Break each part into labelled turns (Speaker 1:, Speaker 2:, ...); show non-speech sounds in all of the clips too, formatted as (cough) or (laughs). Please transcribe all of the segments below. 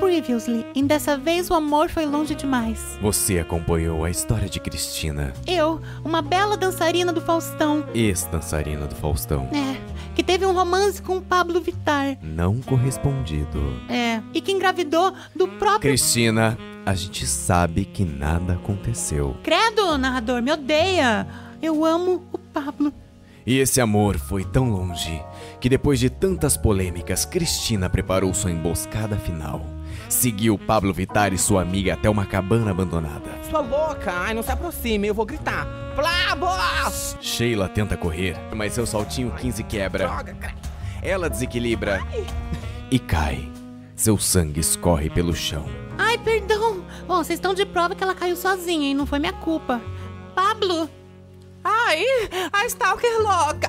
Speaker 1: Previously e dessa vez o amor foi longe demais.
Speaker 2: Você acompanhou a história de Cristina,
Speaker 1: Eu, uma bela dançarina do Faustão,
Speaker 2: ex-dançarina do Faustão,
Speaker 1: é, que teve um romance com o Pablo Vittar,
Speaker 2: não correspondido.
Speaker 1: é, e que engravidou do próprio.
Speaker 2: Cristina, a gente sabe que nada aconteceu.
Speaker 1: Credo, narrador, me odeia! Eu amo o Pablo.
Speaker 2: E esse amor foi tão longe que depois de tantas polêmicas, Cristina preparou sua emboscada final. Seguiu Pablo Vittar e sua amiga até uma cabana abandonada.
Speaker 3: Sua louca! Ai, não se aproxime, eu vou gritar. Plabo!
Speaker 2: Sheila tenta correr, mas seu saltinho 15 quebra.
Speaker 3: Droga, cara.
Speaker 2: Ela desequilibra e cai. Seu sangue escorre pelo chão.
Speaker 1: Ai, perdão! Bom, vocês estão de prova que ela caiu sozinha, hein? Não foi minha culpa. Pablo,
Speaker 4: Ai, a Stalker louca!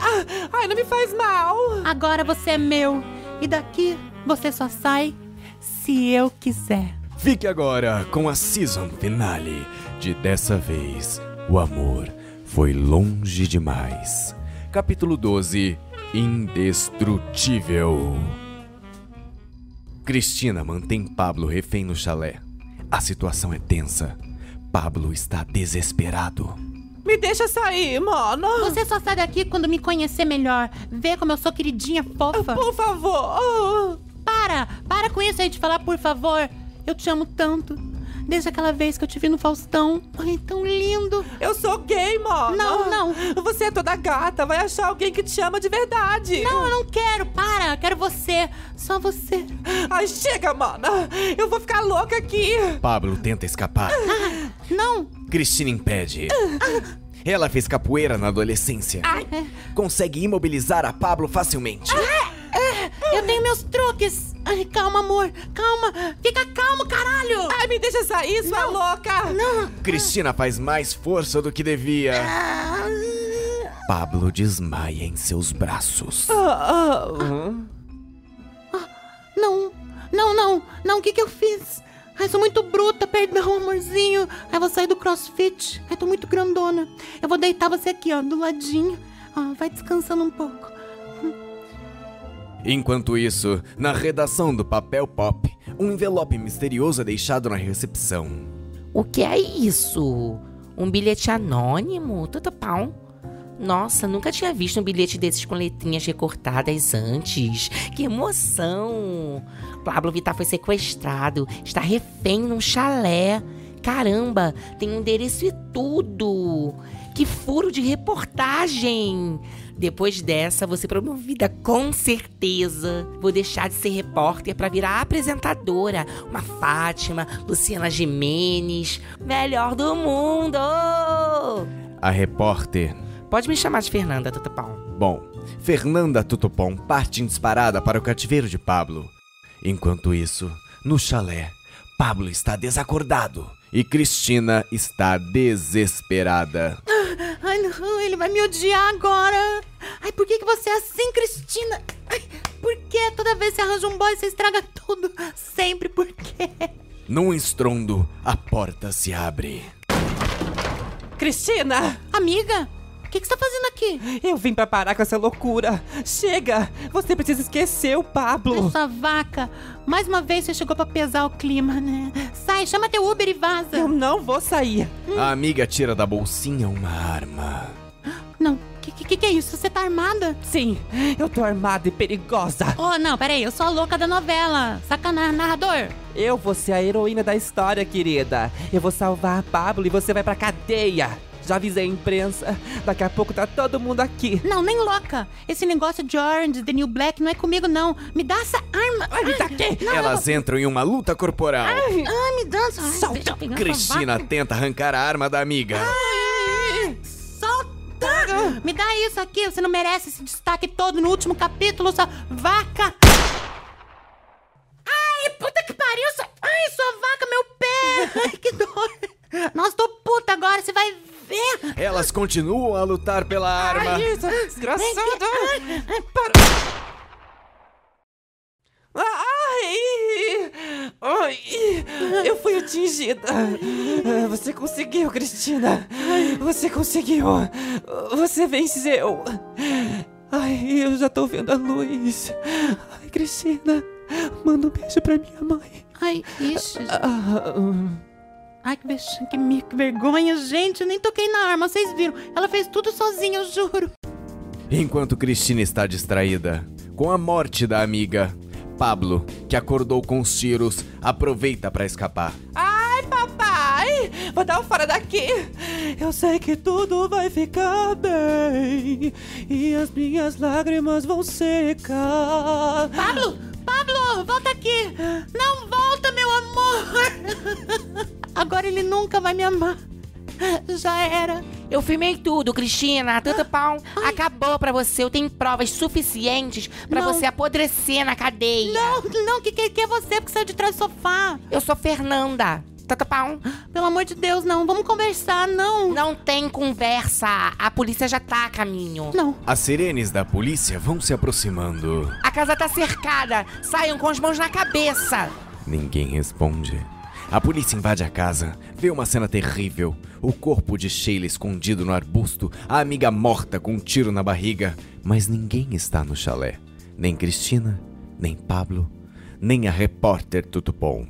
Speaker 4: Ai, não me faz mal!
Speaker 1: agora você é meu. E daqui você só sai se eu quiser.
Speaker 2: Fique agora com a season finale de Dessa vez o amor foi longe demais. Capítulo 12 Indestrutível. Cristina mantém Pablo refém no chalé. A situação é tensa. Pablo está desesperado.
Speaker 4: Me deixa sair, mano!
Speaker 1: Você só sai daqui quando me conhecer melhor, ver como eu sou queridinha fofa.
Speaker 4: Por favor!
Speaker 1: Para! Para com isso aí de falar, por favor! Eu te amo tanto. Desde aquela vez que eu te vi no Faustão. Ai, tão lindo!
Speaker 4: Eu sou gay, mano!
Speaker 1: Não, não.
Speaker 4: Você é toda gata, vai achar alguém que te ama de verdade!
Speaker 1: Não, eu não quero! Para! Eu quero você! Só você!
Speaker 4: Ai, chega, mano! Eu vou ficar louca aqui!
Speaker 2: Pablo tenta escapar.
Speaker 1: Não!
Speaker 2: Cristina impede. Ela fez capoeira na adolescência. Consegue imobilizar a Pablo facilmente.
Speaker 1: Eu tenho meus truques! Ai, calma, amor! Calma! Fica calmo, caralho!
Speaker 4: Ai, me deixa sair, sua louca!
Speaker 1: Não!
Speaker 2: Cristina faz mais força do que devia. Pablo desmaia em seus braços.
Speaker 4: Ah, ah.
Speaker 1: Não! Não, não! Não, o que que eu fiz? Ai, sou muito bruta, perdão, amorzinho. Ai, vou sair do crossfit. Ai, tô muito grandona. Eu vou deitar você aqui, ó, do ladinho. Ah, vai descansando um pouco.
Speaker 2: Enquanto isso, na redação do Papel Pop, um envelope misterioso é deixado na recepção.
Speaker 5: O que é isso? Um bilhete anônimo? Tanta pau. Nossa, nunca tinha visto um bilhete desses com letrinhas recortadas antes. Que emoção! Pablo Vittar foi sequestrado, está refém num chalé. Caramba, tem um endereço e tudo. Que furo de reportagem! Depois dessa, vou ser promovida com certeza. Vou deixar de ser repórter pra virar apresentadora. Uma Fátima, Luciana Jimenez, melhor do mundo!
Speaker 2: A repórter.
Speaker 5: Pode me chamar de Fernanda Tutapão.
Speaker 2: Bom, Fernanda Tutupom parte em disparada para o cativeiro de Pablo. Enquanto isso, no chalé, Pablo está desacordado e Cristina está desesperada.
Speaker 1: Ai, não, ele vai me odiar agora. Ai, por que que você é assim, Cristina? Ai, por que toda vez que você arranja um boy, você estraga tudo? Sempre por quê?
Speaker 2: Num estrondo, a porta se abre.
Speaker 4: Cristina!
Speaker 1: Amiga, o que que você tá fazendo aqui?
Speaker 4: Eu vim pra parar com essa loucura! Chega! Você precisa esquecer o Pablo!
Speaker 1: Essa vaca. Mais uma vez você chegou pra pesar o clima, né? Sai, chama teu Uber e vaza.
Speaker 4: Eu não vou sair!
Speaker 2: A amiga tira da bolsinha uma arma.
Speaker 1: Não, que, que que é isso? Você tá armada?
Speaker 4: Sim, eu tô armada e perigosa!
Speaker 1: Oh, não, peraí, eu sou a louca da novela. Sacanagem, narrador.
Speaker 4: Eu vou ser a heroína da história, querida. Eu vou salvar Pablo e você vai pra cadeia. Já avisei a imprensa. Daqui a pouco tá todo mundo aqui.
Speaker 1: Não, nem louca. Esse negócio de Orange, The New Black não é comigo, não. Me dá essa arma.
Speaker 4: Ai, me dá aqui!
Speaker 2: Elas entram em uma luta corporal.
Speaker 1: Ah, me dá essa arma.
Speaker 4: Solta,
Speaker 1: Deixa eu pegar
Speaker 5: um
Speaker 1: essa
Speaker 2: Cristina
Speaker 1: vaca.
Speaker 2: tenta arrancar a arma da amiga.
Speaker 1: Ah! Solta. Me dá isso aqui. Você não merece esse destaque todo no último capítulo, sua vaca. Ai, puta que pariu. Sua... Ai, sua vaca, meu pé. Ai, que dor. Nossa, tô puta agora. Você vai ver.
Speaker 2: Elas continuam a lutar pela arma.
Speaker 4: Ai, isso, é desgraçado! Ai! Ai! Eu fui atingida! Ah, Você conseguiu, Cristina! Você conseguiu! Você venceu! Ai, eu já tô vendo a luz! Ai, Cristina! Manda um beijo pra minha mãe!
Speaker 1: Ai, ixi.
Speaker 4: Ah, hum.
Speaker 1: Ai, que, bex... que, mi- que vergonha, gente. Eu nem toquei na arma, vocês viram. Ela fez tudo sozinha, eu juro.
Speaker 2: Enquanto Cristina está distraída com a morte da amiga, Pablo, que acordou com os tiros, aproveita para escapar.
Speaker 4: Ai, papai! Vou dar um fora daqui! Eu sei que tudo vai ficar bem e as minhas lágrimas vão secar.
Speaker 1: Pablo! Pablo, volta aqui! Não volta, meu amor! (laughs) Agora ele nunca vai me amar. Já era.
Speaker 5: Eu filmei tudo, Cristina.
Speaker 1: Ah,
Speaker 5: Tudo pau. Acabou pra você. Eu tenho provas suficientes pra
Speaker 1: Não.
Speaker 5: você apodrecer na cadeia.
Speaker 1: Não, não, que, que, que é você porque saiu de trás do sofá?
Speaker 5: Eu sou Fernanda. Tudo pau.
Speaker 1: Pelo amor de Deus, não. Vamos conversar, não.
Speaker 5: Não tem conversa. A polícia já tá a caminho.
Speaker 1: Não.
Speaker 2: As sirenes da polícia vão se aproximando.
Speaker 5: A casa tá cercada. Saiam com as mãos na cabeça.
Speaker 2: Ninguém responde. A polícia invade a casa, vê uma cena terrível: o corpo de Sheila escondido no arbusto, a amiga morta com um tiro na barriga. Mas ninguém está no chalé: nem Cristina, nem Pablo, nem a repórter Tutupom.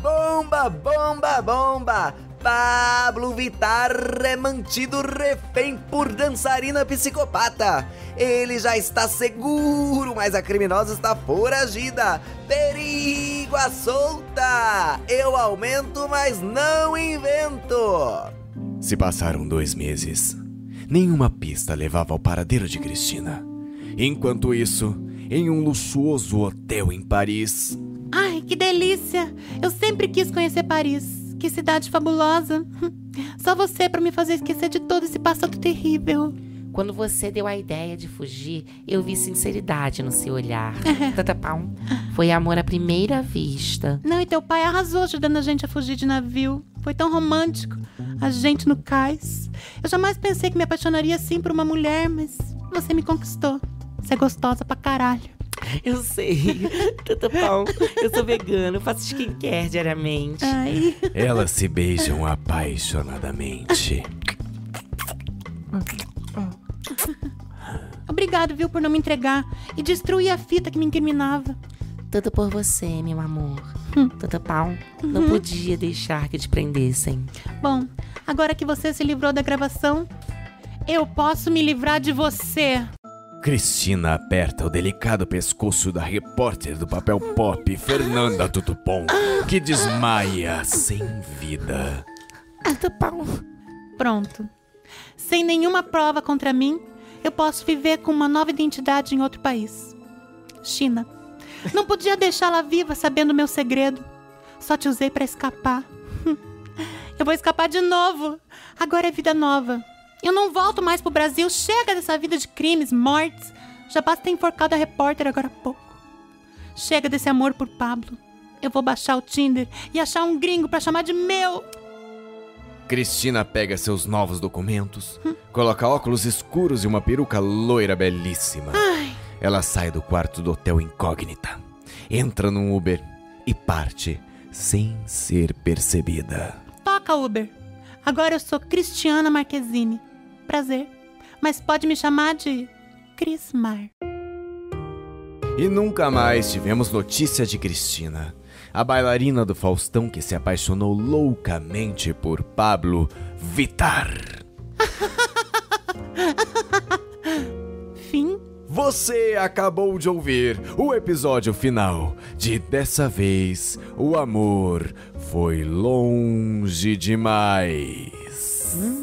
Speaker 6: Bomba, bomba, bomba! Pablo Vittar é mantido refém por dançarina psicopata. Ele já está seguro, mas a criminosa está foragida. Perigo à solta! Eu aumento, mas não invento!
Speaker 2: Se passaram dois meses. Nenhuma pista levava ao paradeiro de Cristina. Enquanto isso, em um luxuoso hotel em Paris,
Speaker 1: Ai, que delícia! Eu sempre quis conhecer Paris. Que cidade fabulosa. Só você pra me fazer esquecer de todo esse passado terrível.
Speaker 5: Quando você deu a ideia de fugir, eu vi sinceridade no seu
Speaker 1: (laughs)
Speaker 5: olhar. Tata pau. Foi amor à primeira vista.
Speaker 1: Não, e teu pai arrasou ajudando a gente a fugir de navio. Foi tão romântico. A gente no cais. Eu jamais pensei que me apaixonaria assim por uma mulher, mas você me conquistou. Você é gostosa pra caralho.
Speaker 5: Eu sei. (laughs) Tudo bom. Eu sou vegano, faço skincare diariamente.
Speaker 1: Ai.
Speaker 2: elas se beijam apaixonadamente.
Speaker 1: Obrigado, viu, por não me entregar e destruir a fita que me incriminava.
Speaker 5: Tudo por você, meu amor. Tudo pau. Não podia deixar que te prendessem.
Speaker 1: Tá Bom, agora que você se livrou da gravação, eu posso me livrar de você.
Speaker 2: Cristina aperta o delicado pescoço da repórter do papel pop, Fernanda Tutupom, que desmaia sem vida.
Speaker 5: Ah, Tudo pau.
Speaker 1: Pronto. Sem nenhuma prova contra mim, eu posso viver com uma nova identidade em outro país. China. Não podia deixá-la viva sabendo meu segredo. Só te usei para escapar. (laughs) Eu vou escapar de novo. Agora é vida nova. Eu não volto mais pro Brasil. Chega dessa vida de crimes, mortes. Já basta ter enforcado a repórter agora há pouco. Chega desse amor por Pablo. Eu vou baixar o Tinder e achar um gringo para chamar de meu.
Speaker 2: Cristina pega seus novos documentos, coloca óculos escuros e uma peruca loira belíssima. Ela sai do quarto do hotel incógnita, entra num Uber e parte sem ser percebida.
Speaker 1: Toca, Uber. Agora eu sou Cristiana Marquezine. Prazer. Mas pode me chamar de Crismar.
Speaker 2: E nunca mais tivemos notícia de Cristina. A bailarina do Faustão que se apaixonou loucamente por Pablo Vittar.
Speaker 1: Fim.
Speaker 2: Você acabou de ouvir o episódio final de Dessa vez o amor foi longe demais.